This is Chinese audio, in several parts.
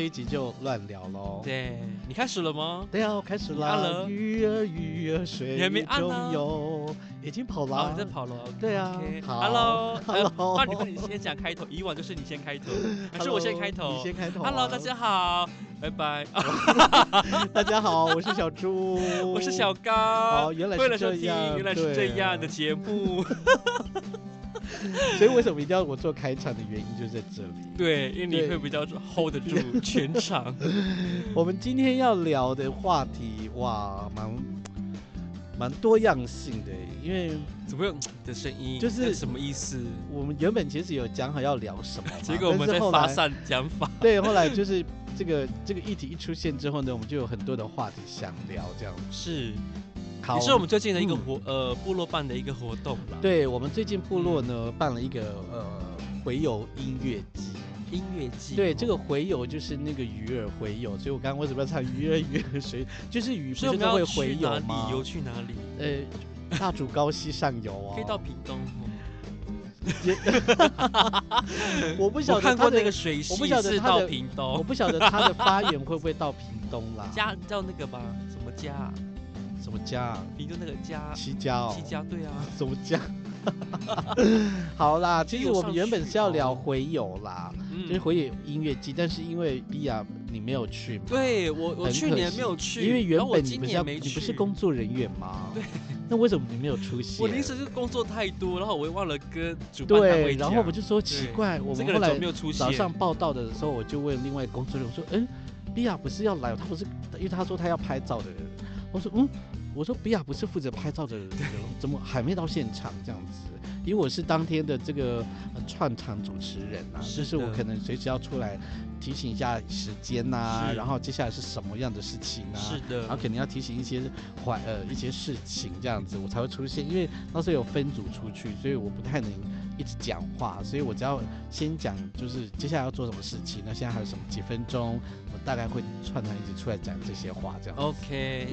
一集就乱聊喽。对，你开始了吗？对啊，我开始啦。按了鱼儿鱼儿水你还没里按中呢游，已经跑啊，了。你在跑了。对啊 OK，好 Hello，呃 Hello 那你不能先讲开头，以往就是你先开 头，还是我先开 Hello，你头先开头啊。 ？Hello，大家好，拜拜。啊，大家好，我是小猪， 我是小。哦，高。原来为是了收这听，样，啊原来是这对啊样的。节目。所以为什么一定要我做开场的原因就在这 里。对，因为你对会比较 hold 得住全场。我们今天要聊的话题，哇，蛮蛮多样性的，因为怎么有的声音？就是这什么意思？我们原本其实有讲好要聊什么嘛，结果我们但在是后发来散讲法。对，后来就是这个这个议题一出现之后呢，我们就有很多的话题想聊，这样。是，好，也是我们最近的一个嗯活呃部落办的一个活动啦。，对我们最近部落呢办了一个呃回游音乐季。哦音乐季。对，这个回游就是那个鱼儿回游，所以我刚刚为什么要唱鱼儿鱼儿水？就是鱼不所是以我们都会要回去游哪吗里？？游去哪里？呃，大主高西上游哦。可以到屏东哦。 我不晓我得看他过的那个，水系我不晓得是他到的屏我东，不晓得他的发源会不会到屏东啦？家叫那个吧，什么家啊？什么家啊？屏东那个家，七家哦。七家对啊。怎么 讲？好啦，其实我们原本是要聊回友啦，就是哦嗯，哦回友音乐季，但是因为比亚你没有去嘛，对我我很去可年惜没有去，因为原然后我本你今不是年要没你去，不是工作人员吗？对，那为什么你没有出现？我临时就工作太多，然后我也忘了跟主办单对，位然后讲我们就说奇怪，我这们个后人怎来么没有出现？早上报道的时候，我就问另外工作人员我说，嗯，比亚不是要来，他不是，因为他说他要拍照的人，我说嗯，我说比亚不是负责拍照的 人，怎么还没到现场这样子？因为我是当天的这个呃串场主持人啊，是就是我的可能随时要出来提醒一下时间呐、啊是然后接下来是什么样的事情啊，是然后的，肯定要提醒一些环呃一些事情这样子，我才会出现。因为那时候有分组出去，所以我不太能一直讲话，所以我只要先讲就是接下来要做什么事情，那现在还有什么几分钟，我大概会串成一起出来讲这些话这样。一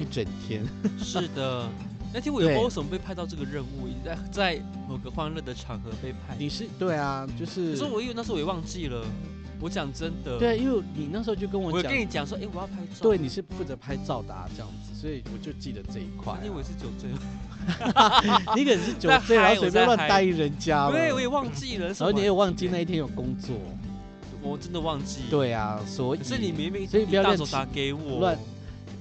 OK，整天，是的。那天我也不知对道为什么被派到这个任务，在在某个欢乐的场合被派。你是对啊，就是可是我因为那时候我也忘记了，我讲真的，，对，啊因为你那时候就跟我我有讲跟，你讲说，哎，我要拍照。对，你是负责拍照的、啊、这样子，所以我就记得这一块、啊你以为是酒醉？你可能是酒在醉，然嗨后我随在便乱嗨答应人家了， 对，我也忘记了。啊然后你也忘记那那，一天有工作，我真的忘记。，对啊，所以可是你明明所以不要一大乱手起打给我，乱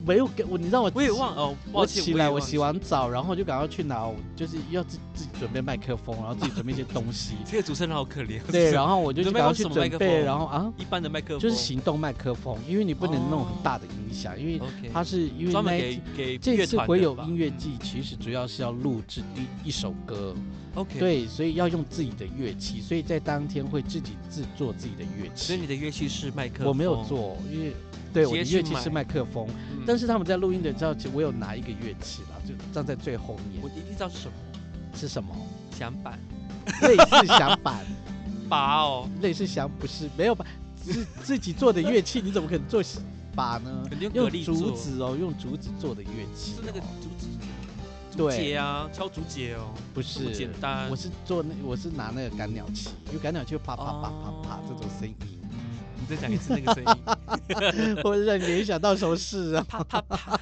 没有给我，你知道我我也忘哦，抱我歉，起来，也我忘洗记完澡，然后就赶快去拿，我就是要自自己准备麦克风，然后自己准备一些东 。西这个主持人好可怜。对，然后我就赶准备快用去什么准麦克备，风然后啊， 一般的麦克风就是行动麦克风，因为你不能弄很大的音响，因为哦 OK，它是因为专那门一给给这乐次团回的有吧音乐季，其实主要是要录制一一首歌，嗯 OK，，对，所以要用自己的乐器，所以在当天会自己制作自己的乐所以你器。的乐器是麦克风，我没有，做，因为对我的直接乐器去是买麦克风，嗯但是他们在录音的时候，其实我有拿一个乐器啦，就站在最后面我一定知道是什么是什么？ 响板类似响板，拔哦，类似响不是没有吧？自自己做的乐器，你怎么可能做把呢？肯定用用蛤蜊竹做，子哦，用竹子做的乐器是哦、那个竹子竹对节啊，敲竹节哦，不这么是简，单我。是做那我是拿那个赶鸟器，因为赶鸟器会啪啪啪啪啪哦这种声音， 你再讲一次那个声音，我会让你联想到什么事啊？ 啪啪啪，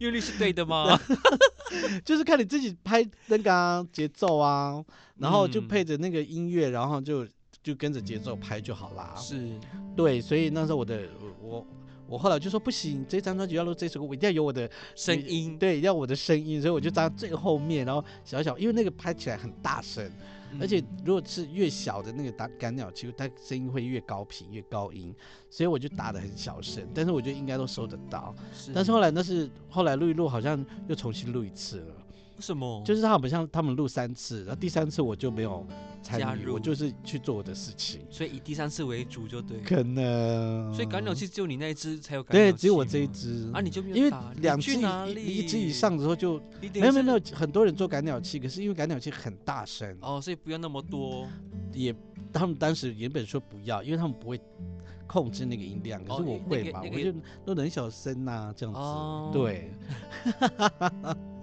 韵律是对的吗？就是看你自己拍那个啊节、奏啊，然后就嗯配着那个音乐，然后就就跟着节奏拍就好啦。 是，对，所以那时候我的我我后来就说不行，这张专辑要录这首歌，我一定要有我的声音，对，要我的声音，所以我就站最后面，然后小小，因为那个拍起来很大声，嗯而且如果是越小的那个打干扰，其实它声音会越高频越高音，所以我就打的很小声，但是我觉得应该都收得到。嗯，但是后来那是后来录一录，好像又重新录一次了，为什么？就是他们像他们录三次，然后第三次我就没有加参与，入我就是去做我的事情，所以以第三次为主就对了。可能所以赶鸟器只有你那一只才有赶鸟对器，只有我这一吗只啊，你就没有因为打你两只去以哪一里一只以上，的时候就你等没有于没有是没有，很多人做赶鸟器，可是因为赶鸟器很大声，哦，所以不要那么多，也他们当时原本说不要，因为他们不会控制那个音量，可哦是我那会个嘛，那个我就弄得很小声呐、这样子。哦对，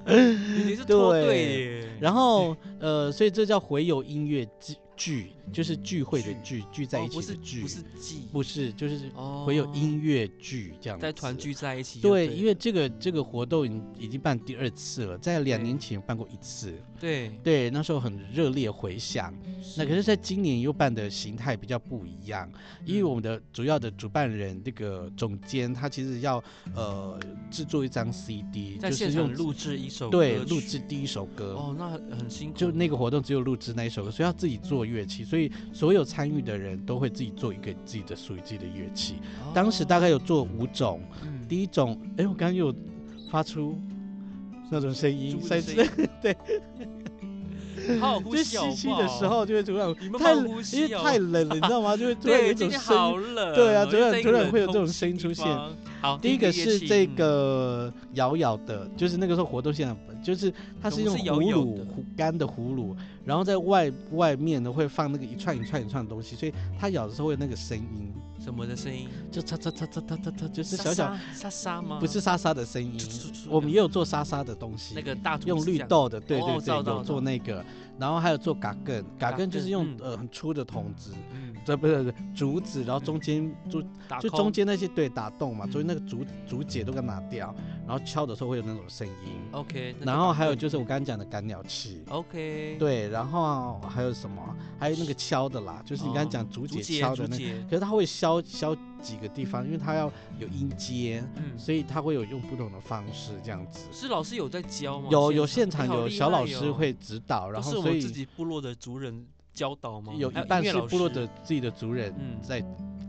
你等于是脱对队耶。然后呃，所以这叫回游音乐季，聚，就是聚会的聚，聚在哦一起不的是聚，不是记，不是就是哦，会有音乐剧这样子，在团聚在一起就对，对了，因为这个这个活动已经已经办第二次了，在两对年前办过一次，对，对，那时候很热烈回响。那可是，在今年又办的形态比较不一样，因为嗯我们的主要的主办人这个总监，他其实要呃制作一张 CD，在就现是场用录制一首对歌录曲制第一首歌。哦，那很很辛苦，就那个活动只有录制那一首歌，所以要自己做乐器，所以所有参与的人都会自己做一个自己的属于自己的乐器。当时大概有做五种，哦嗯第一种，哎，我刚刚有发出那种声音，猪在的这声 音 好好呼就吸吸好气不的好时，候就会突然你们太好好冷呼因为吸哦。太冷了，你知道 吗？就会突然有对，一种今天声音好冷哦，对啊突然又在一突个然冷会有这空种声音气出地现方。好，第一个个乐是器这嗯个摇摇的，就是那个时候活动现场，就是它是怎用么是摇葫摇芦的葫干的葫芦，然后在外外面呢会放那个一串一串一串的东西，所以它咬的时候会有那个声音，什么的声音？就嚓嚓嚓嚓嚓嚓嚓，就是小小沙沙沙吗？不是沙沙的声音啾啾啾。我们也有做沙沙的东西那，个大竹用子绿这样，豆的，对哦对知道对，知道有知做道那个，然后还有做嘎更，嘎嘎更就是更用嗯呃很粗的筒子，嗯，这不是不是竹子，然后中间就打就扣中间那些对打洞嘛，嗯所以那个竹竹节都给它拿掉，然后敲的时候会有那种声音， OK，那就然后打还有扣就是我刚刚讲的赶鸟器， OK，，对，然后还有什么？还有那个敲的啦，就是你刚刚哦讲竹竹节节敲竹的那，节可是它会削削几个地方，因为它要有音阶，嗯，所以它会有用不同的方式这样子。是老师有在教吗？有有现现场哎好有厉小老害师哦会指导，然都后是我所们自以己部落的族人教导吗？有还一半音乐是老部落师的，自己的族人嗯在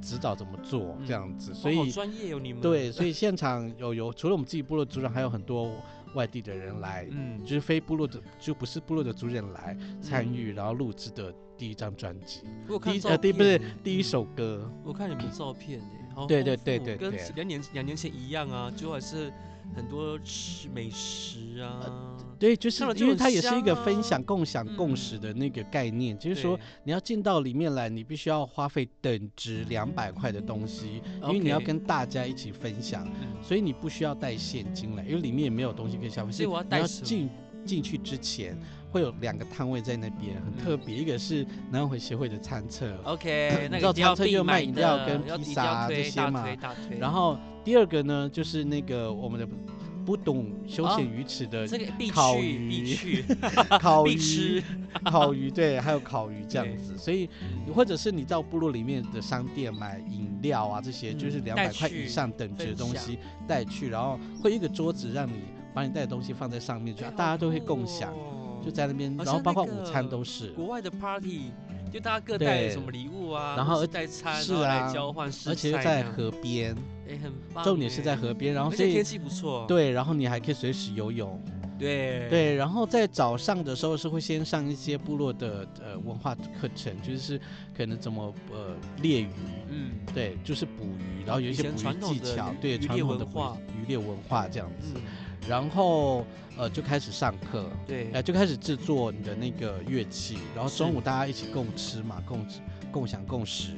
指导怎么做嗯这样子，哦所好以专业哦，你们，对，所以现场有有除了我们自己部落族人，还有很多外地的人来，嗯就，是非部落的就不是部落的族人来参嗯与，然后录制的第一张专辑，我有第看一照呃第一不是片第一嗯首歌，我看你们照片哎，好对丰对对富对跟对两年两年前一样啊，就还是很多吃美食啊，对，就是看了就因为很它也是一香个分啊享、共享、共嗯识的那个概念，就就是说你要进到里面来，你必须要花费等值两百块的东西，因为你要 OK 跟大家一起分享，嗯所以你不需要带现金来，因为里面也没有东西可以消费。所以我要你带要什么进进去之前，会有两个摊位在那边，很嗯特别，一个是南回协会的餐车，哦 OK，你那知道个一定要餐车必又卖买饮料的跟要披一定萨要啊这推些大嘛推大推，然后第二个呢就是那个我们的不懂休哦闲鱼池的这个必烤去鱼必去烤 必鱼吃，， 烤鱼对，还有烤鱼这样对子，所以或者是你到部落里面的商店买饮料啊，这些、嗯就是两带百块去以上等值的分东西带去，然后会有一个桌子让你把你带的东西放在上面去，哎啊大家都会好共酷享，哦就在那边，好然后像包括那午餐个都是。国外的 party，就大家各带对什么礼物啊，然后或而是带餐，是然后啊来交换试而且又菜在这样河边，哎很棒，重点是在。河边，然后而所且以天气不错，对，然后你还可以随时游泳，对对，然后在早上的时候是会先上一些部落的呃文化课程，就是可能怎么呃猎鱼，嗯，对，就是捕鱼，然后有一以些前捕传鱼统技的巧渔，对渔传猎统文的捕化鱼猎文化这样子，嗯，然后呃就开始上课，对，呃就开始制作你的那个乐器，然后中是午大家一起共吃嘛，共吃共享共识，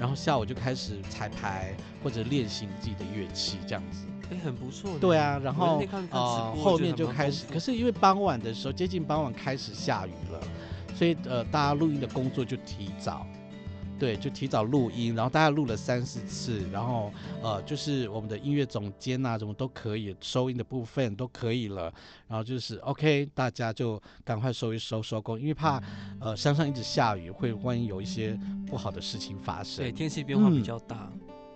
然后下午就开始彩排或者练习你自己的乐器这样子。哎，很不错呢。对啊，然我那后天看看直呃播后觉得面还就蛮开丰始，富可是因为傍晚的时候接近傍晚开始下雨了，所以呃大家录音的工作就提早。对，就提早录音，然后大家录了三四次，然后呃，就是我们的音乐总监呐、什么都可以，收音的部分都可以了，然后就是 OK，大家就赶快收一收收工，因为怕嗯呃山上一直下雨，会万一有一些不好的事情发生对，。天气变化嗯比较大，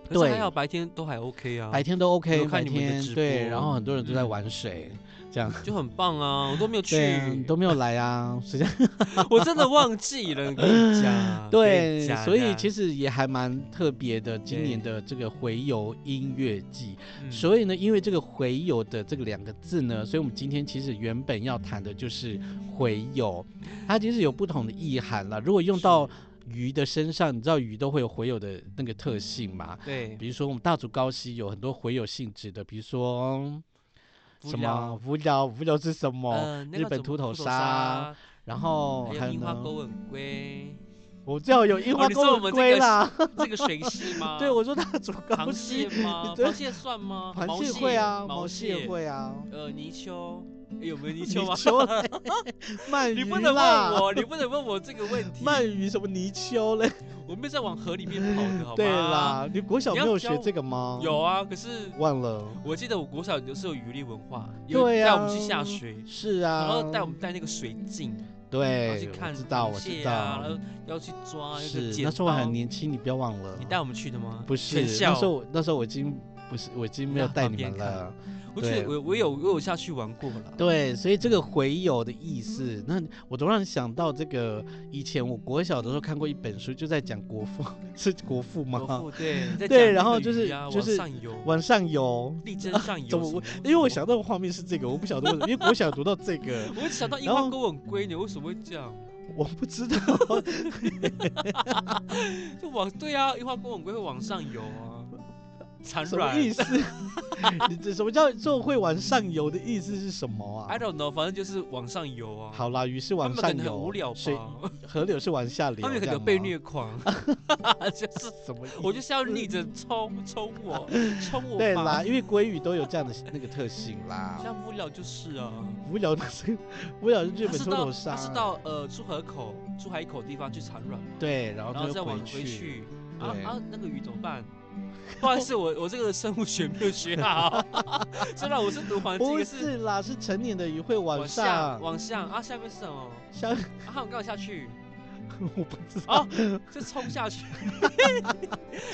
可是对还好白天都还 OK 啊，白天都 OK，有白看你们的天直对，播然后很多人都在嗯玩水，这样。就很棒啊，我都没有去对啊，你都没有来啊，实际上 我真的忘记了，跟你 讲，啊对，所以其实，实也还蛮特别的。今年对的这个回游音乐季，嗯所以呢，因为这个“回游”的这个两个字呢，所以我们今天其实原本要谈的就是回游，它其实有不同的意涵啦。如果用到鱼的身上，你知道鱼都会有回游的那个特性嘛？对比如说我们大竹高溪有很多回游性质的，比如说浮什疗么无聊，无聊是什么？呃那日个本怎么秃头鲨鲨，然后还还有有樱花呢？狗吻龟，我知道有樱哦花你说公我文们这龟个啦，这个水系吗？ 对，我说大竹高啊螃溪蟹 吗？对螃蟹算吗？ 螃毛蟹会啊，毛蟹，会啊，呃，泥鳅，诶有没有泥 泥鳅吗？ 鳅嘞鳗你鱼不能啦问我，你不能问我这个问题。鳗鱼什么泥鳅嘞？我们在往河里面跑的，好 吗？对，啦，你国小你没要有教学这个吗？有啊，可是忘了。我记得我国小就是有渔猎文化，有对带啊，我们去下水，是啊，然后带我们带那个水镜，然后对去，我看知道，我蟹知啊道然，后要去抓那个是剪那时候我刀很年轻，你不要忘了。你带我们去的吗？不是全那校时候我那时候我已经不是我已经没有在带旁你边们看了。我觉得对我我有我有下去玩过了。对，所以这个回友的意思，那我突然想到这个，以前我国小的时候看过一本书，就在讲国父， 是国父吗？国父哦对，在对讲然后那个就是鱼啊就往是上游，往上游，力争上游啊怎什么么我的。因为我想到的画面是这个，我不晓得为什么，因为国小有读到这个，我，我想到樱然花后沟很龟，你为什么会这样？我不知道。就往对啊，樱花沟很龟会往上游啊，产什么卵。 意思？你这什么叫做会往上游的意思是什么 I 啊？ don't know，反正就是往上游啊。，好啦，鱼是他往们可上能很游，无聊水吧，河流是往下流， 他们可这样能被吗 虐狂，就是什么意思？我就是要逆着冲冲我， 冲我对吧啦，。因为鲑鱼都有这样的那个特性啦这。样无聊就是啊。无聊的是无聊的日本他是多到头鲨，他是到呃出河口、出海口地方去产卵嘛，对，然后然后它再又往回回去。啊对啊，那个鱼怎么办？不好意思，我我这个生物学没有学好，虽然我是读环境，不可呃是是啦，是成年的鱼会往往下上，往下啊，下面是什么？像啊，他们刚好下去， 我不知道。啊，就冲 下去，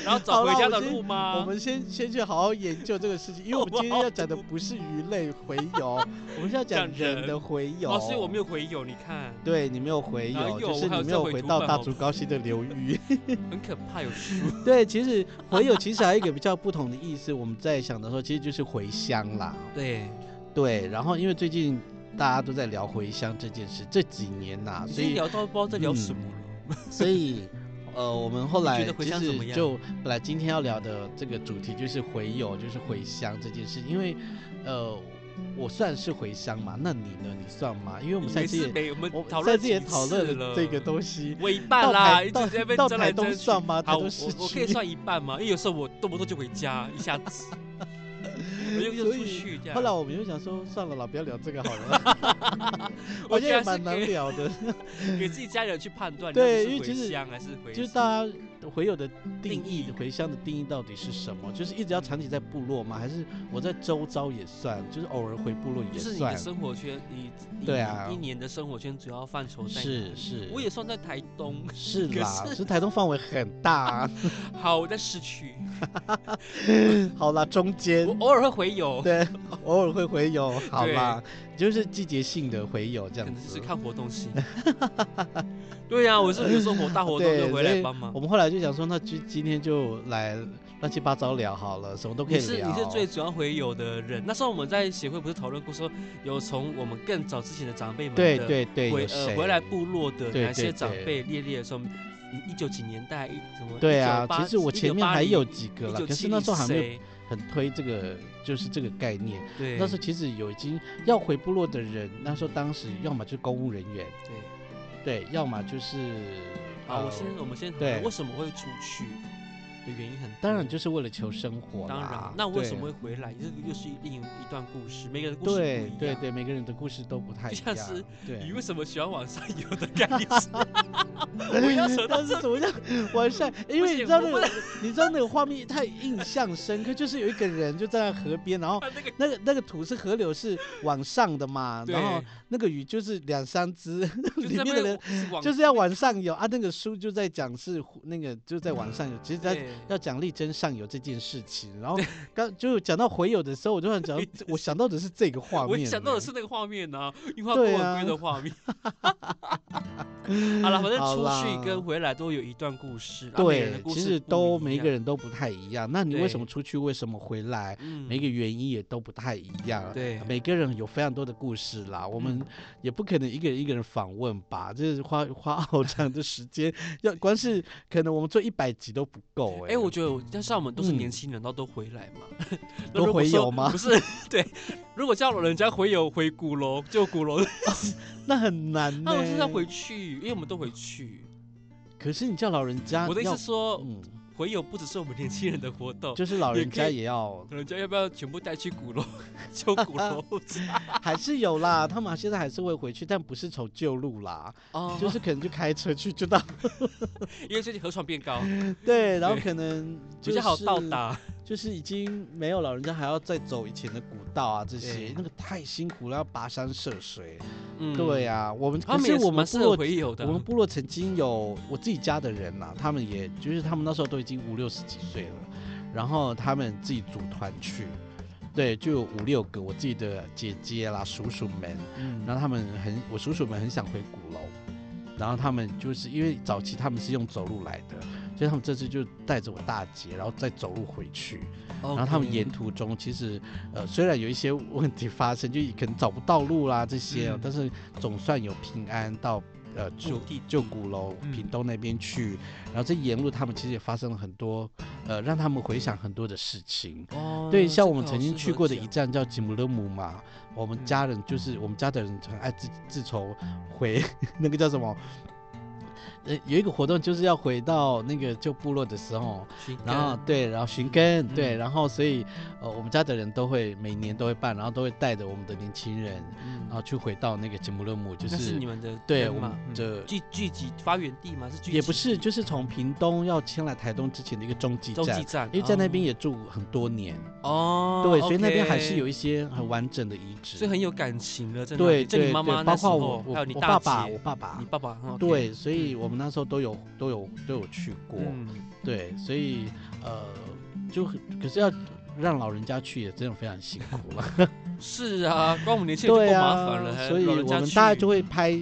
然后找好回啦家我的先路吗？我们先先去好好研究这个事情，因为 我们今天要讲的不是鱼类洄游，我们是要讲讲人人的洄游。哦，所以我没有回友，你看，对你没有回哪游，有就是我还有你没有在回回土到本大好竹不高溪的流 域。很可怕，有 书。对，其实洄游其实还有一个比较不同的意思，我们在想的时候，其实就是回乡啦。对，对，然后因为最近大家都在聊回乡这件事，这几年呐、已所经以嗯聊到不知道在聊什么了。所以呃，我们后你觉来得回其乡怎实么样就本来今天要聊的这个主题就是回友，就是回乡这件事，因为呃，我算是回乡嘛，那你呢？你算吗？因为我们上每次次也没我们我上讨论次也几讨次论了了这个东西， 我一半到啦，台一直在那边到争台来东争去。算吗？台好，我东市我可以区算一半吗？因为有时候我动不动就回家，一下 子我就就所出以去这样。，后来我们又想说，算了啦，不要聊这个好了 我我觉得觉得也还是蛮难给聊的。给自己家人去判断，对你到底因为是其回实乡还是回就是乡大家回友的定定义义，回乡的定义到底是什么？就是一直要长期在部落吗？还是我在周遭也算？就是偶尔回部落也就是你的算？生活圈，你你对啊一年的生活圈主要范畴在哪里是是，我也算在台东， 是可啦，是是台东范围很大啊、好，我在市区，好啦，中间我偶尔会回游，对，偶尔会回友，好对啦，就是季节性的回友这样可能就子是。看活 动性。对呀、啊，我是有时候活大活动对就所回来以帮忙我。们后来就想说，那就今天就来乱七八糟聊好了，什么都可你以是聊。你是最主要回游的人。那时候我们在协会不是讨论过说，有从我们更早之前的长辈们对的对对，回有呃谁回来部落的对哪些对长对辈列列的时候，一九几年代一什么？对啊， 1980其实我前面还有几个啦， 1980可是那时候还没有谁很推这个，就是这个概念。对，那时候其实有已经要回部落的人，那时候当时要么就是公务人员，对。对，要么就是好，啊我呃先我们先谈对为什么会出去的原因很多当然就是为了求生活啦。当然，那为什么对会？回来？这个又是另一段故事，每个人的故事不一对样。对对，每个人的故事都不太 一就像样是。你对，为什么喜欢往上游的 概念是？我要扯 到但是这，怎么样完善？因 不为你行知道我那不个，你知道那个画面太印象深刻，就是有一个人就站在河边，然后他那个那个那个土是河流是往上的嘛， 然后 对，那个鱼就是两三只，就里在面的那边人往 就是要往上游啊。那个书就在讲是湖那个就在往上游，其实他对要讲力争上游这件事情。然后刚就讲到回游的时候，我就想讲到，我想到的是这个画我面呢。欸想到的是那个画面呢、啊，樱花对公文啊龟的画面。 好了，反正好出去啦跟回来都有一段故事，啊每个人的对，故其事实不都一每一个样，人都不太一样。那你为什对么出去？为什么回来？嗯每个原因也都不太一样。啊对每个人有非常多的故事啦，我嗯们也不可能一个人一个人访问吧，这是花 花好长的时间， 要光是可能我们做一百集都不够哎、哎、我觉得我，但是我们都是年嗯轻人，然后都回 来嘛。那都如果回说游吗不是，对。如果叫老人家回游回鼓楼，就 鼓楼，那很难、呢。他们就是要回去，因为我们都回去。可是你叫老人家，我的意思啊要是说，嗯，回游不只是我们年轻人的活动，就是老也人可家以也要，人家要不要全部带去鼓楼 修鼓 楼茶？还是有 啦。他们现在还是会回去，但不是走旧路啦，哦就是可能就开车去就到。 因为最近河床变高，对，然后对可能比就较好是到达。就是已经没有老人家还要再走以前的古道啊，这对些那个太辛苦了，要跋山涉水。嗯对呀、我们可他们是也我蛮们适部合落，回游的啊我。们部落曾经有我自己家的人啦、他们也就是他们那时候都已经五六十几岁了，然后他们自己组团去。对，就有五六个我自己的姐姐啦、叔叔们，嗯，然后他们很，我叔叔们很想回鼓楼，然后他们就是因为早期他们是用走路来的，所以他们这次就带着我大姐，然后再走路回去。然后他们 OK 沿途中其实，呃，虽然有一些问题发生，就可能找不到路啦这些哦，嗯但是总算有平安到呃旧地旧鼓楼嗯屏东那边去。然后这沿路他们其实也发生了很多，呃，让他们回想很多的事情。哦对，这像我个们好曾经适去合啊过的讲一站叫吉姆勒姆嘛，我们嗯家人就是我们家的人很爱自自从回 那个叫什么，呃，有一个活动就是要回到那个旧部落的时候，寻然后根对，然后寻根，对，嗯然后所以呃，我们家的人都会每年都会办，然后都会带着我们的年轻人，嗯然后去回到那个吉姆勒姆，就那是是你们的对根我们嘛嗯的聚聚集发源地吗？是聚也集不是，地就是从屏东要迁来台东之前的一个中继中继站。站，因为在那边也也住很多年，哦，对，所以那边还是 OK 有一些很完整的遗址。所以很有感情的，真的。对就你对妈对妈那包时括候我，我还有你我大爸爸，姐我，爸爸你，爸爸，很好对，听，所以我们那时候都有都有都有去过，嗯，对，所以呃，就很可是要让老人家去也真的非常辛苦 了，是啊，光我们年轻人就对够麻烦了，啊，还所以老我人家们去大概就会拍。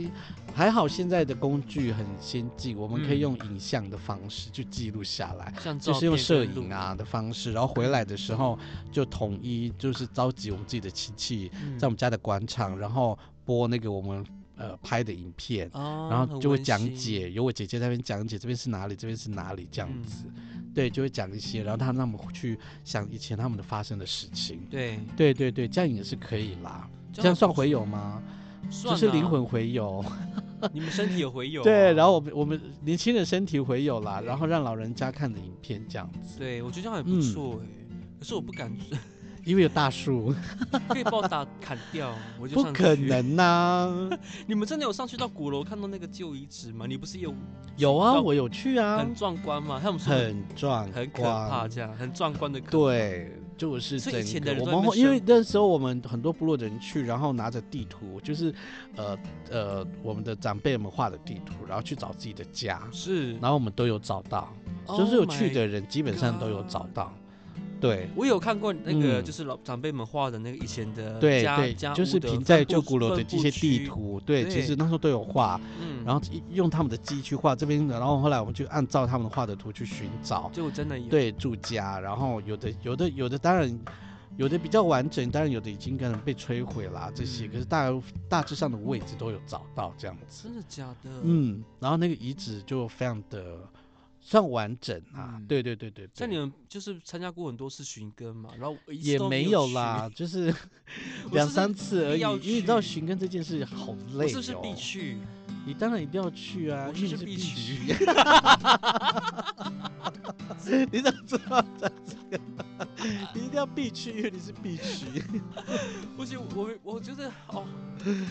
还好现在的工具很先进，我们可以嗯用影像的方式去记录下来，像照就是用片摄跟录影啊，的方式，然后回来的时候就统一就是召集我们自己的亲戚，嗯在我们家的广场，然后播那个我们呃拍的影片，哦然后很就会温讲馨解，有我姐姐在那边讲解，这边是哪里，这边是哪里这样嗯子，对，就会讲一些，然后他让我们去想以前他们的发生的事情，对，对对对，这样也是可以啦，这还样不算错回游吗？算就、是灵 啊，魂回游，你们身体有回游。啊对，然后我。们我们年轻人身体回游啦，然后对让老人家看的影片这样子，对，我觉得这样还不嗯错哎、可是我不敢，因为有大树，可以把我打砍掉，我就不上可去。能呐、 你们真的有上去到鼓楼看到那个旧遗址吗？你不是有有啊，到我有去啊很，壮观吗？他们说很壮很可怕，观，这样很壮观的可怕。对，就是所整以以前的个人我都在那们边会因为生活那时候我们很多部落的人去，然后拿着地图，就是呃呃我们的长辈们画的地图，然后去找自己的家，是，然后我们都有找到， Oh 就是有去 my 的人基本上都有找到，对。哦我有看过那个，嗯就是老长辈们画的那个以前的对呃家对家，就是屋的平分在布旧鼓楼的分这布些地区，图，对，其对实那时候都有画，嗯，然后后用他们的记忆去画这边的，然后后来我们就按照他们画的图去寻找，就真的有，对住家，然后有的有的有的当然有的比较完整，当然有的已经可能被摧毁啦这些，嗯可是大大致上的位置都有找到这样子。真的假的？，嗯，然后那个遗址就非常的算完整啊，嗯对对对对像对你们就是参加过很多次寻根嘛，然后我一次也都没有有去 啦，， 就是我两是不是三次而已。必要因为你知道去寻根这件事好我累是不是哦必，去？你当然一定要去啊，我因为是你必必去须。 你怎么知道这个？你一定要必去，因为你是必须。 不行，我我觉得哦，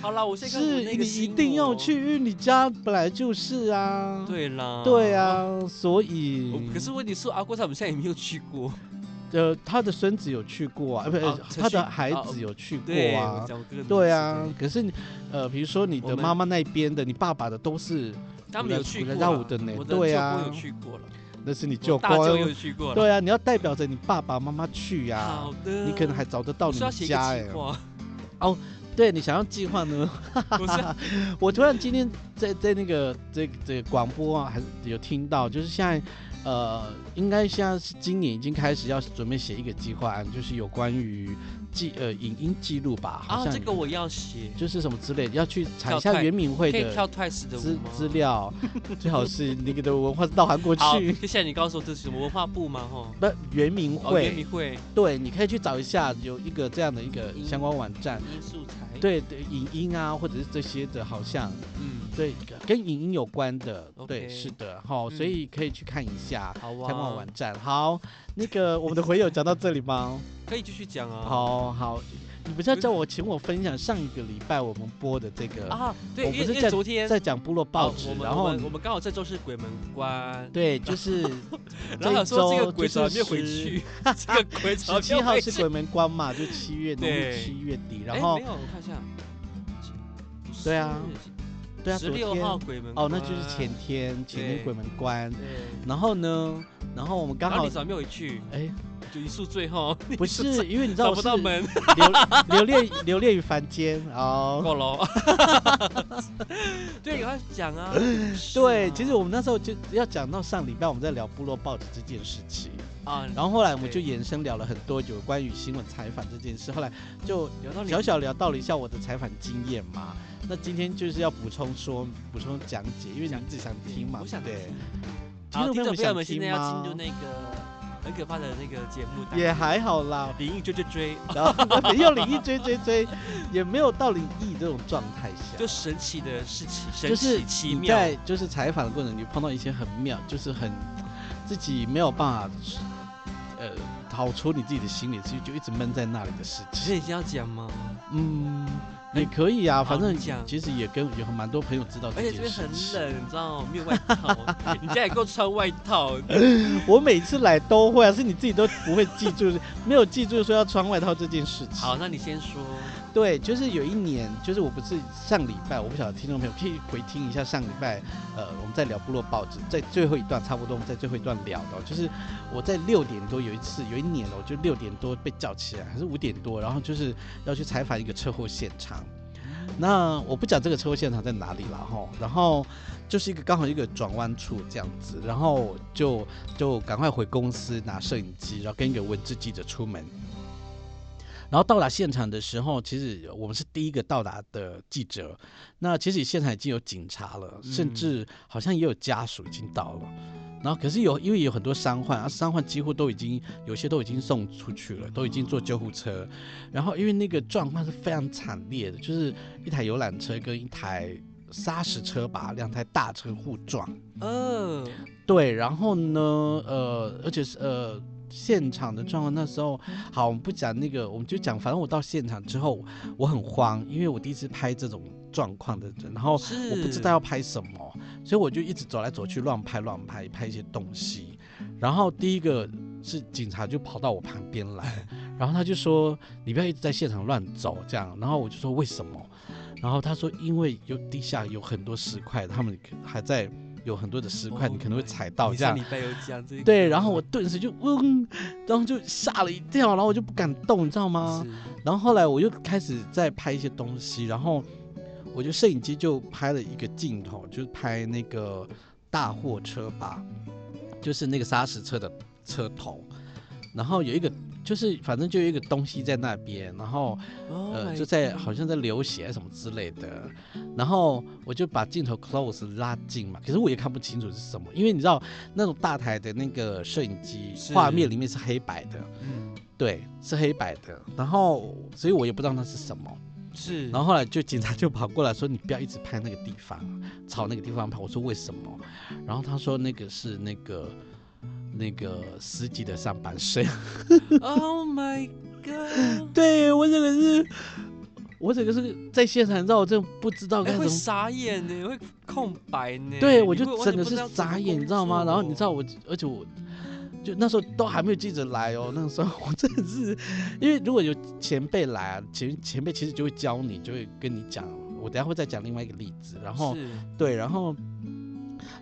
好啦，我现在看我是那个你一心定要魔去，，因为你家本来就是啊。对啦，对。啊，所以我可是问题是，阿郭他们现在也没有去过，呃，他的孙子有去过啊，呃不是、啊他的去孩啊子有去过对，我啊。讲我哥的名对字啊，，可是你呃，比如说你我的们妈妈那边的，你爸爸的都是，他们古有人去古过人啦，家舞的呢我对舅啊公有去过了，那是你我舅大舅公。有去过了，对啊，你要代表着你爸爸妈妈去啊呀、好的，你可能还找得到我你是要们写一家哎个、计划，对你想要计划呢？ 我是啊要我突然今天在在那个这这个广播啊，还是有听到，就是现在，呃，应该现在是今年已经开始要准备写一个计划案，就是有关于记呃影音记录吧，好啊，像这个我要写，就是什么之类的，要去查一跳下太圆明会可以的跳 Twice 的舞资吗？资 料，最好是那个的文化到韩国好，去。就像你告诉我这是什么文化部吗？吼，不，圆明哦，会，圆明会对，你可以去找一下，有一个这样的一个影相关网站，音素材，，对对，影音啊，或者是这些的，好像嗯，对，跟影音有关的，对， OK 是的，好，所嗯以可以去看一下好啊，开放网站。好，那个我们的回友讲到这里吗？可以继续讲啊。好好，你不是要叫我请我分享上一个礼拜我们播的这个，啊，对，我因不为是因为昨天在讲部落报啊纸我，们然我后们你我们刚好这周是鬼门关，对，就是 这然后一想说这周个鬼就早还是没有回10 去，这个鬼十早 还没七有号回是去。鬼门关嘛，就七月农历对七月底，哎然后没有，我看一下，不是对啊，对啊，十昨六天号鬼门哦，那就是关前。天前天对鬼门关，对，然后呢，然后我们刚然后好你早没有回去，哎， 就一宿醉哈，不是，因为你知道找我不是到门，留留恋留恋于凡间哦。够了。 对，赶快讲啊。是对，啊其实我们那时候就要讲到上礼拜我们在聊部落报纸这件事情，啊，然后后来我们就对延伸聊了很多有关于新闻采访这件事，后来就聊到你小小聊到了一下我的采访经验嘛。那今天就是要补充说补充讲解，因为你讲们自己想听嘛，我想对不对听。听好，众朋友听众们朋友想们现听在要进吗？入那个很可怕的那个节目单也元，还好啦，灵异追追追，然后 没有灵异追追追，也没有到灵异这种状态下，就神奇的事情，神就是奇奇你妙。在就是采访的过程，你碰到一些很妙，就是很自己没有办法，呃，逃出你自己的心里，就就一直闷在那里的事其实情已。经要讲吗？嗯，也可以啊，反哎好正你讲其实也跟有蛮多朋友知道而这件且这边很事情。冷，你知道吗？没有外 套，你家也够穿外套。我每次来都会、啊，是你自己都不会记住， 没有记住说要穿外套这件事情。好，那你先说。对，就是有一年，就是我不是上礼拜，我不晓得听众朋友可以回听一下上礼拜，呃，我们在聊部落报纸，在最后一段差不多，我们在最后一段聊到，就是我在六点多有一次，有一年哦，我就六点多被叫起来，还是五点多，然后就是要去采访一个车祸现场。那我不讲这个车祸现场在哪里了哈，然后就是一个刚好一个转弯处这样子，然后就就赶快回公司拿摄影机，然后跟一个文字记者出门。然后到达现场的时候，其实我们是第一个到达的记者。那其实现场已经有警察了，嗯甚至好像也有家属已经到了。然后可是有，因为有很多伤患，啊，伤患几乎都已经有些都已经送出去了，都已经坐救护车。然后因为那个状况是非常惨烈的，就是一台游览车跟一台砂石车吧，两台大车互撞。呃，对，然后呢，呃，而且是呃，现场的状况那时候，好，我们不讲那个，我们就讲，反正我到现场之后，我很慌，因为我第一次拍这种状况的人，然后是我不知道要拍什么，所以我就一直走来走去乱拍乱拍，拍一些东西。然后第一个是警察就跑到我旁边来，然后他就说：“你不要一直在现场乱走这样。”然后我就说：“为什么？”然后他说：“因为有地下有很多石块，他们还在有很多的石块， Oh 你可能会踩 my- 到你这样上。礼拜有讲这个”。对，然后我顿时就嗡，然后就吓了一跳，然后我就不敢动，你知道吗？是然后后来我又开始在拍一些东西，然后我就摄影机就拍了一个镜头，就是拍那个大货车吧，就是那个砂石车的车头，然后有一个就是反正就有一个东西在那边，然后 Oh 呃 my 就在好像在流血什么之类的，然后我就把镜头 close 拉近嘛，可是我也看不清楚是什么，因为你知道那种大台的那个摄影机是画面里面是黑白的，嗯，对，是黑白的。然后，所以我也不知道那是什么。是，然后后来就警察就跑过来说：“你不要一直拍那个地方，朝那个地方拍。”我说：“为什么？”然后他说：“那个是那个那个司机的上半身。 Oh my God！对”我整个是，我整个是在现场，你知 道我真的不知道该哎，怎会么傻眼呢，会空白呢。对，你我就会完真全的不是知道怎么傻眼，你工知道吗？作然后你知道我，而且我就那时候都还没有记者来哦，那个时候我真的是，因为如果有前辈来啊，前前辈其实就会教你，就会跟你讲。我等一下会再讲另外一个例子，然后是对，然后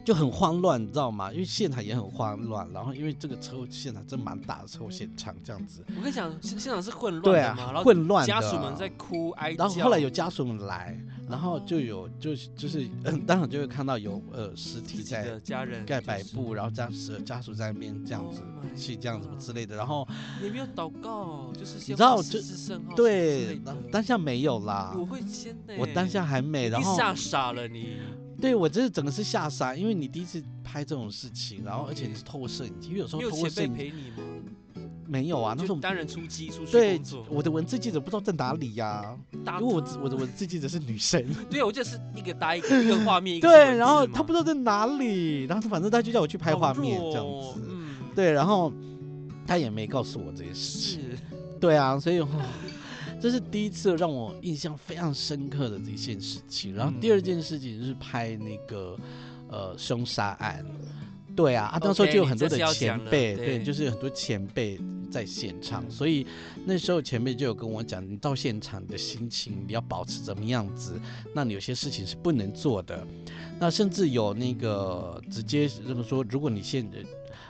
就很慌乱，你知道吗？因为现场也很慌乱，然后因为这个车祸现场真蛮大的车祸现场这样子，我跟你讲，现现场是混乱对的啊嘛，然，后混乱的。家属们在哭哀叫，然后后来有家属们来，然后就有就是就是、嗯，当场就会看到有呃尸自体己在的家人盖就白是嗯布，然后家属家属在那边这样子 Oh my 去这样什么之 God 类的，然后也没有祷告，就是你知道就就是圣号之对类，的然后当下没有啦，我会先呢，我当下还没，你然后吓傻了你，对我真的整个是吓傻，因为你第一次拍这种事情，然后而且你 OK 是透过摄影机，因为有时候你有透过前摄辈影机陪你吗？没有啊，那时就候单人出击出去对工作。我的文字记者不知道在哪里呀、大因为我我的文字记者是女生，对我就是一个搭一个，一个画面，一个是文 对，字然后嘛她不知道在哪里，然后反正她就叫我去拍好画面弱这样哦子，嗯，对，然后她也没告诉我这件事情，是对啊，所以、哦、这是第一次让我印象非常深刻的一件事情。然后第二件事情是拍那个呃凶杀案，对啊，啊那时候 OK，就有很多你这的次要前讲了辈，对对，就是有很多前辈在现场，嗯所以那时候前辈就有跟我讲，你到现场你的心情你要保持怎么样子，那你有些事情是不能做的。那甚至有那个直接这么说，如果你现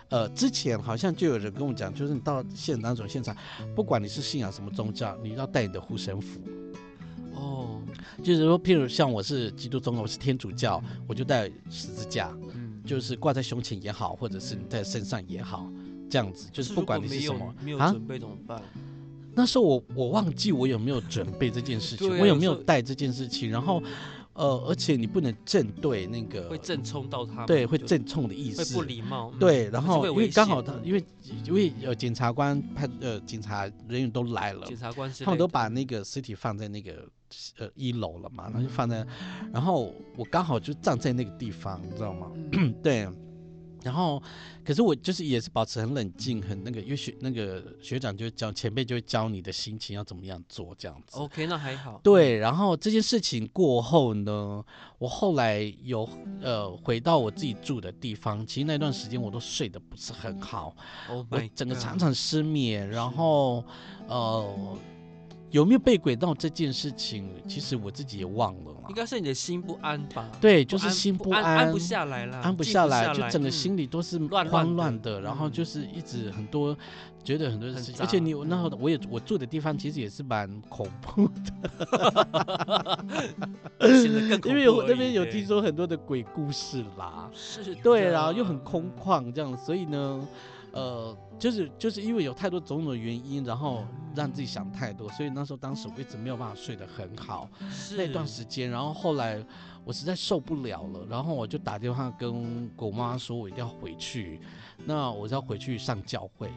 呃，之前好像就有人跟我讲，就是你到现场那种现场，不管你是信仰什么宗教，你要带你的护身符。哦，就是说，譬如像我是基督宗教，我是天主教，我就带十字架，嗯，就是挂在胸前也好，或者是你在身上也好，这样子，就是如不果管你是没什有么没有啊。准备怎么办？那时候我我忘记我有没有准备这件事情，对啊我有没有有时候嗯带这件事情，然后，呃，而且你不能正对那个，会正冲到他吗，对，会就正冲的意思，会不礼貌，嗯，对，然是后会因危为刚险好他嗯因为因为呃检察官派呃警察人员都来了检，察官是他们都把那个尸体放在那个呃一楼了嘛，然后就放在，然后我刚好就站在那个地方，你知道吗？嗯对。然后，可是我就是也是保持很冷静，很那个，因为学那个学长就会教前辈就会教你的心情要怎么样做这样子。 OK，那还好，对，然后这件事情过后呢，我后来有呃回到我自己住的地方，其实那段时间我都睡得不是很好， ，Oh 我 my，整个 God 常常失眠，然后呃有没有被鬼到这件事情，其实我自己也忘了啦应。该是你的心不安吧？对，就是安心不安，安不下来啦，安不静下来，就整个嗯心里都是乱乱慌乱的的，然后就嗯是一直很多，觉得很多很事情，而且杂嗯你那时候我也我住的地方其实也是蛮恐怖的，显得更恐因为有怖 而那边已有对听说很多的鬼故事啦，是啊的，对啦，又很空旷这样，所以呢，呃，就是就是因为有太多种种原因，然后嗯让自己想太多，所以那时候当时我一直没有办法睡得很好是那段时间，然后后来我实在受不了了，然后我就打电话跟狗妈说，我一定要回去，那我就要回去上教会。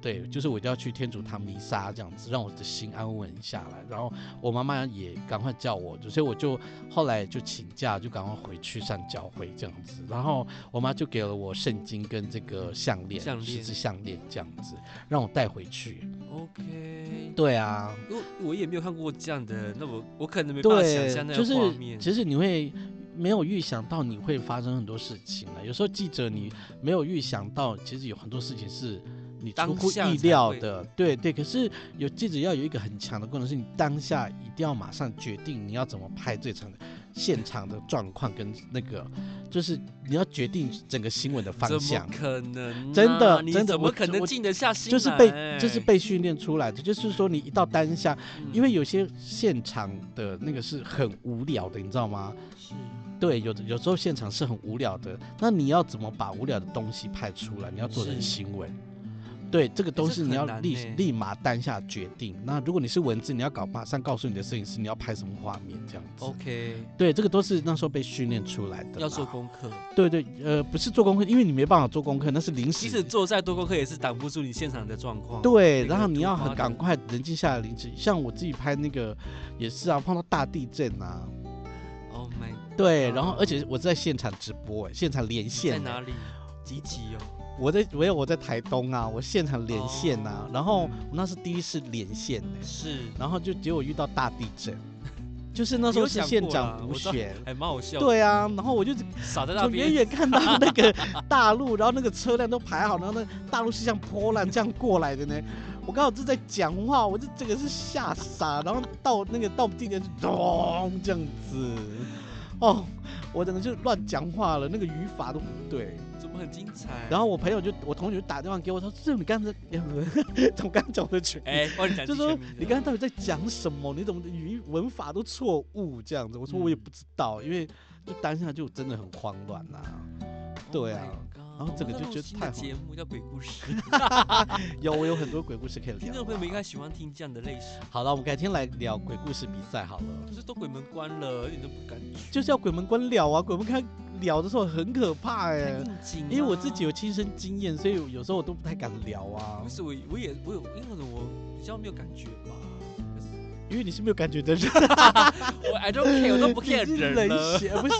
对，就是我就要去天主堂弥撒这样子，让我的心安稳下来。然后我妈妈也赶快叫我，所以我就后来就请假，就赶快回去上教会这样子。然后我妈就给了我圣经跟这个项链，项链十字项链这样子，让我带回去。 OK，对啊，因为我也没有看过这样的，那我我可能没办法想象对，那就样是的画面。其实你会没有预想到你会发生很多事情啊。有时候记者你没有预想到，其实有很多事情是你出当乎下意才料会的。对对，可是有记者要有一个很强的功能，是你当下一定要马上决定你要怎么拍这场的现场的状况跟那个，就是你要决定整个新闻的方怎么向。可能、啊？真的你真的怎么我可能我静得下心就来？是被就是被训练出来的，就是说你一到当下，嗯，因为有些现场的那个是很无聊的，你知道吗？是对，有的有时候现场是很无聊的，那你要怎么把无聊的东西拍出来？你要做成是新闻。对，这个东这西你很要难立呢立马当下决定。那如果你是文字，你要搞马上告诉你的摄影师你要拍什么画面这样子。 OK，对，这个都是那时候被训练出来的。哦要做。功课。对对，呃，不是做功课，因为你没办法做功课，那是临即时使做再多功课，也是挡不住你现场的状况。对，那个然后你突要发很的赶快冷静下来，临时像我自己拍那个也是啊，碰到大地震啊， ，Oh my，对，然后啊而且我在现场直播欸，现场连线在欸哪里？几级哦？我在我有我在台东啊，我现场连线呐、哦然后我那是第一次连线呢、是，然后就结果遇到大地震， 就是那时有候是想县过啦长吴我知道选，还蛮好笑。，对啊，然后我就傻在那从远边。远看到那个大路，然后那个车辆都排好，然后那大路是像波浪这样过来的呢。我刚好正在讲话，我就整个是吓傻，然后到那个到地点就咚这样子，哦，我整个就乱讲话了，那个语法都不对。怎么很精彩？然后我朋友就我同学就打电话给我，他说：“这你刚才 怎么刚才讲我的全名？”哎，帮你讲就几说圈名字，你刚才到底在讲什么？你怎么语文法都错误这样子？我说我也嗯不知道，因为就当下就真的很慌乱啊呐、对啊 Oh my god，然后这个我们就觉要录得新太的好节目叫鬼 故事， 有我有很多鬼故事可以聊啊。听众朋友们应该喜欢听这样的类型，好了，我们改天来聊鬼故事比赛好了，可是都鬼门关了，一点都不敢去。就是要鬼门关聊啊，鬼门关聊的时候很可怕哎、太应景、啊。因为我自己有亲身经验，所以有时候我都不太敢聊啊不。是我，我也我有，因为我比较没有感觉吧。可是因为你是没有感觉的人，我 I don't care，我都不 care 你是人了。血，不是？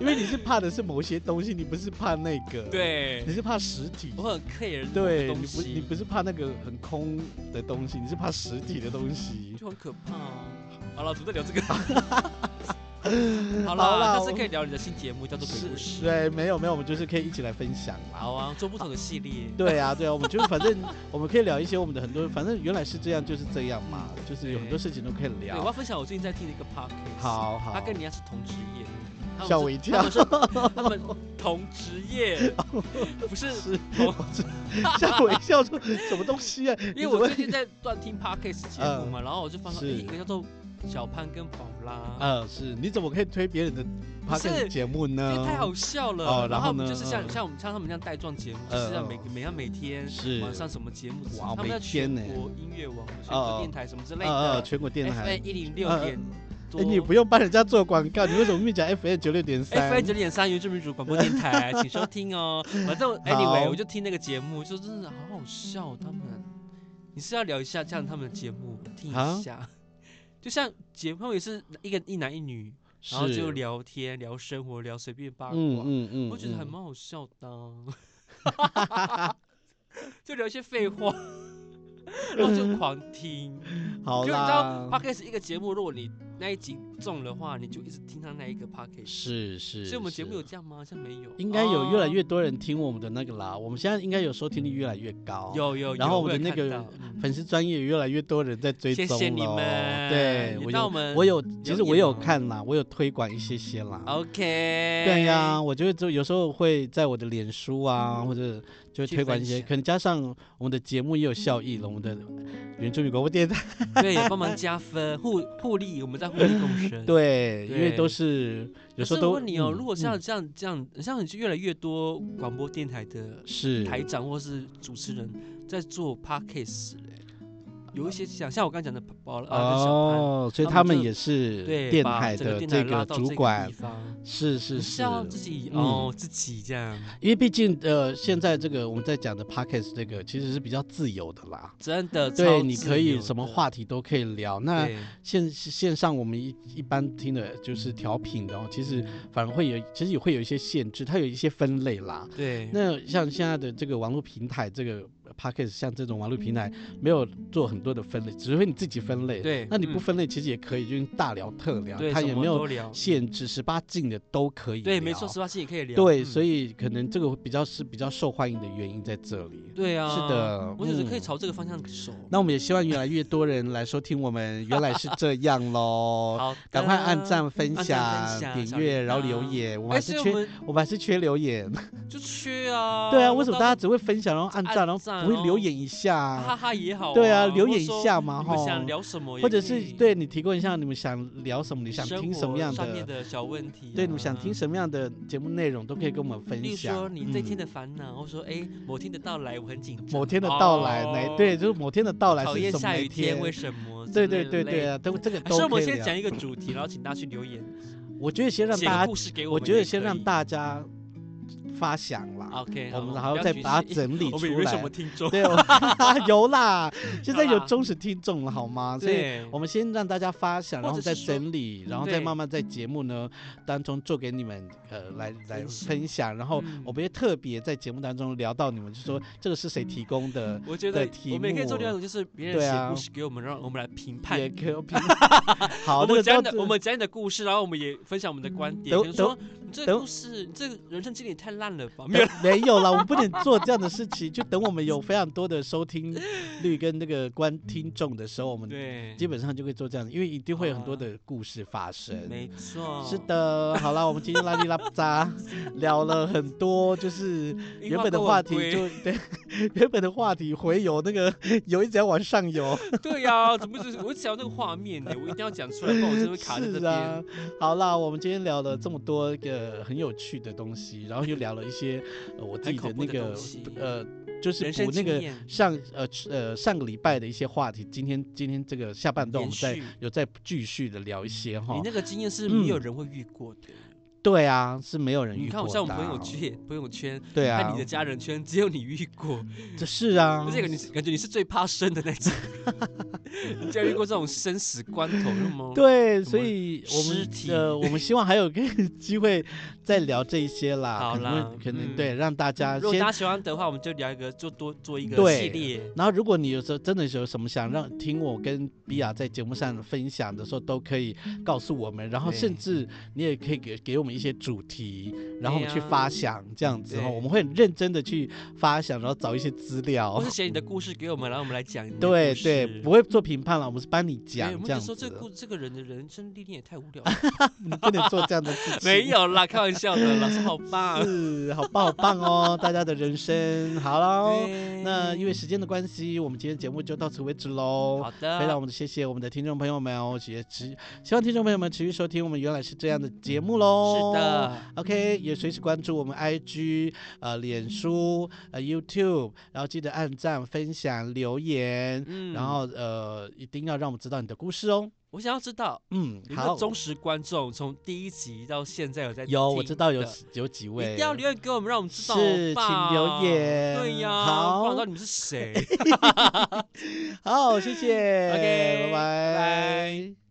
因为你是怕的是某些东西，你不是怕那个。，对你，是怕实体。我很 care 某个对，东你不你西，不是怕那个很空的东西，你是怕实体的东西。就很可怕、啊。好了，不再 聊这个。好好啦了，下次我可以聊你的新节目，叫做《鬼故事》。对，没有没有，我们就是可以一起来分享啦。好啊，做不同的系列。对啊，对啊，我们就是反 正我们可以聊一些我们的很多，反正原来是这样就是这样嘛，就是有很多事情都可以对，我要聊。分享我最近在听的一个 podcast。好好，他跟人家是同职业，他们吓是我一跳，他们同职 业，不是是同，吓我一跳，说什么东西 啊？因为我最近在乱听 podcast 节目嘛，然后我就翻到是诶一个叫做小潘跟宝拉，呃是，你怎么可以推别人的 p 不 o 是 d 节目因为呢？太好笑哦了。然后他们呢就是像嗯像我们像他们这样带状节目，就嗯是要嗯每每样每天是晚上什么节目，哇他们每在全天呢国音乐网、全哦国电台什么之类呃呃，的全国电，FM 台。一零六嗯嗯点多哎，。你不用帮人家做广告，你为什么没讲 FM 九六点 F 三 N 九点三原住民族广播电 台，请收听哦。反正 anyway，我就听那个节目，就真的好好笑。他们，你是要聊一下这样他们的节目，听啊一下。就像节目也是一个一男一女，是然后就聊天、聊生活、聊随便八卦，嗯嗯嗯，我觉得还嗯蛮好笑的啊、 就聊一些废话，然后就狂听。嗯好就你知道啦。 ，podcast 一个节目，如果你那一集中的话，你就一直听他那一个 podcast。是是，所以我们节目是有这样吗？好像没有，应该有越来哦越多人听我们的那个啦，我们现在应该有收听率越来越高，哦有有。然后有我们的有那个看到嗯粉丝专业越来越多人在追踪谢谢你咯们，对也我让我有们我有，其实我言有哦看啦，我有推广一些些啦。 OK，对对呀、，我就会就有时候会在我的脸书啊，或者就嗯去推广一分些，享嗯可能加上我们的节目也有效益了，我们的原住民广播电台， 对，也帮忙加分，互互利，我们在互利共生。 对，因为都嗯对是有可时候是都我问你哦，嗯如果嗯像这样这样像你就越来越多广播电台的是台长或是主持人在做 podcast 嘞，有一些像像我刚才讲的宝拉啊跟小潘，哦，所以他他们们就也是对，电把台整个的电这台拉个到主地管，方是是你是，要自己嗯哦自己这样，因为毕竟呃，现在这个我们在讲的 podcast 这个其实是比较自由的啦。真的超对，你自可以由什么的话题都可以聊。那对线线上我们一一般听的就是调频的哦，其实反而会有，其实也会有一些限制，它有一些分类啦。对，那像现在的这个网络平台，这个 p o c a s t 像这种网络平台没有做很多的分类，只会你自己分类。，对，那你嗯不分类其实也可以，就是大聊特聊对，，它什也么没有都聊限制，十八禁的都可以聊。对，没错，十八禁也可以聊。对，嗯所以可能这个比较是比较受欢迎的原因在这里。对啊，是，的，我觉得嗯可以朝这个方向走。那我们也希望越来越多人来收听我们，原来是这样喽。好，赶快按赞、分嗯按赞享分、享小点阅，铃然后留铛言。我们哎，还所是以我缺，们我们还是缺留言。就缺 啊。对啊，为什么大家家只会分享，然后按按赞，然赞后不会留哦言一下哈啊？哈也好？对啊，或留者言一说下嘛，你们吼。想聊什么也可以，或者是对你提供一下你们想聊什么，你你想生听什么活样上面的？的小问题，啊对，你们想听。什么样的节目内容都可以跟我们分例如享。说你这嗯天的烦恼，或者说哎某天的到来我很紧张，某天的到来，哪、哦对，就是某天的到来讨是厌什么下一雨天天？为什么？对对对对。啊， 都这个还都是我可们以先聊讲一个主题，然后请大家去留言，我觉得先让写个大家故，事给我我们也可以。觉得先让大家发想啦， OK，我好们不然后要再局把它限 诶整理我们以出为什么 来。听众？对， 我有啦，现在有啦忠实听众了，好吗？所以对，我们先让大家发想，或然后者再是说整理，然后对再慢慢在节目呢当中做给你们呃来来分享分享，然后嗯我们也特别在节目当中聊到你们，就说这个是谁提供的，我觉的得题我们也可以做目另外一种，就是别人对写啊故事给我们，让我们来评嗯判也。可以 评好，我那们个讲到你的，这我们讲你的故事，然后我们也分享我们的观点。等比如说，你这个等故事，你这个人生经历也太烂了吧？没有没，没有啦，我们不能做这样的事情。就等我们有非常多的收听率跟那个观听众的时候，我们对，基本上就会做这样，因为一定会有很多好啊的故事发生。没错，是，的，好啦，我们今天拉里拉扎聊了很多，就是嗯原本的话题就 对，原本的话题回游那个 游一直要往上游，对呀，怎么只我只想要那个画面呢？我一定要讲出来，不然我真的会卡在这是边。啊，好啦，我们今天聊了这么多个很有趣的东西，然后又聊了一些、呃、我自很己的恐怖那的个东西呃，就是人生补那经个验上呃呃上个礼拜的一些话题，今天今天这个下半段我延们再续，有再继续的聊一些哈你。那个经验是没有人会遇过的。对啊，是没有人遇你过的啊、看我像我朋友圈，朋友圈，对啊，看你的家人圈，只有你遇过，这是啊，而且感觉感觉你是最怕生的那种， 你竟然遇过这种生死关头，那么对，什所么以我尸们体呃，我们希望还有个 机会再聊这一些啦，好可啦能可能嗯对，让大家如果啊先大家喜欢的话，我们就聊一个，就多做一个对系列。然后，如果你有时候真的有什么想让听我跟比亚在节目上分享的时候，都可以告诉我们。然后，对甚至你也可以给给我们一些主题，然后我们去对啊发想，这样子哦，对我们会很认真的去发想，然后找一些资料或是。写你的故事给我们，然后我们来讲你的对故事对，不会做评判了，我们是帮你没有讲我们这就样说这子个的。故这个人的人生历练也太无 聊了，你不能做这样的事情。没有啦，开玩笑的，老师好棒。是，好棒好棒 哦，大家的人生好喽。对哦那因为时间的关系，我们今天节目就到此为止喽。嗯好非常的，我们谢谢我们的听众朋友们哦，也持希望听众朋友们持续收听我们原来是这样的节目喽。是。哦的， OK，也随时关注我们 IG、呃、脸书、呃、YouTube，然后记得按赞、分享、留言，嗯，然后呃，一定要让我们知道你的故事哦。我想要知道嗯，有没好有，忠实观众，从第一集到现在有在有我听知道有的有几一位，定要留言给我们，让我们知道好是请吧留言对呀，好不然我知道你们是谁。好，谢谢 OK，拜拜拜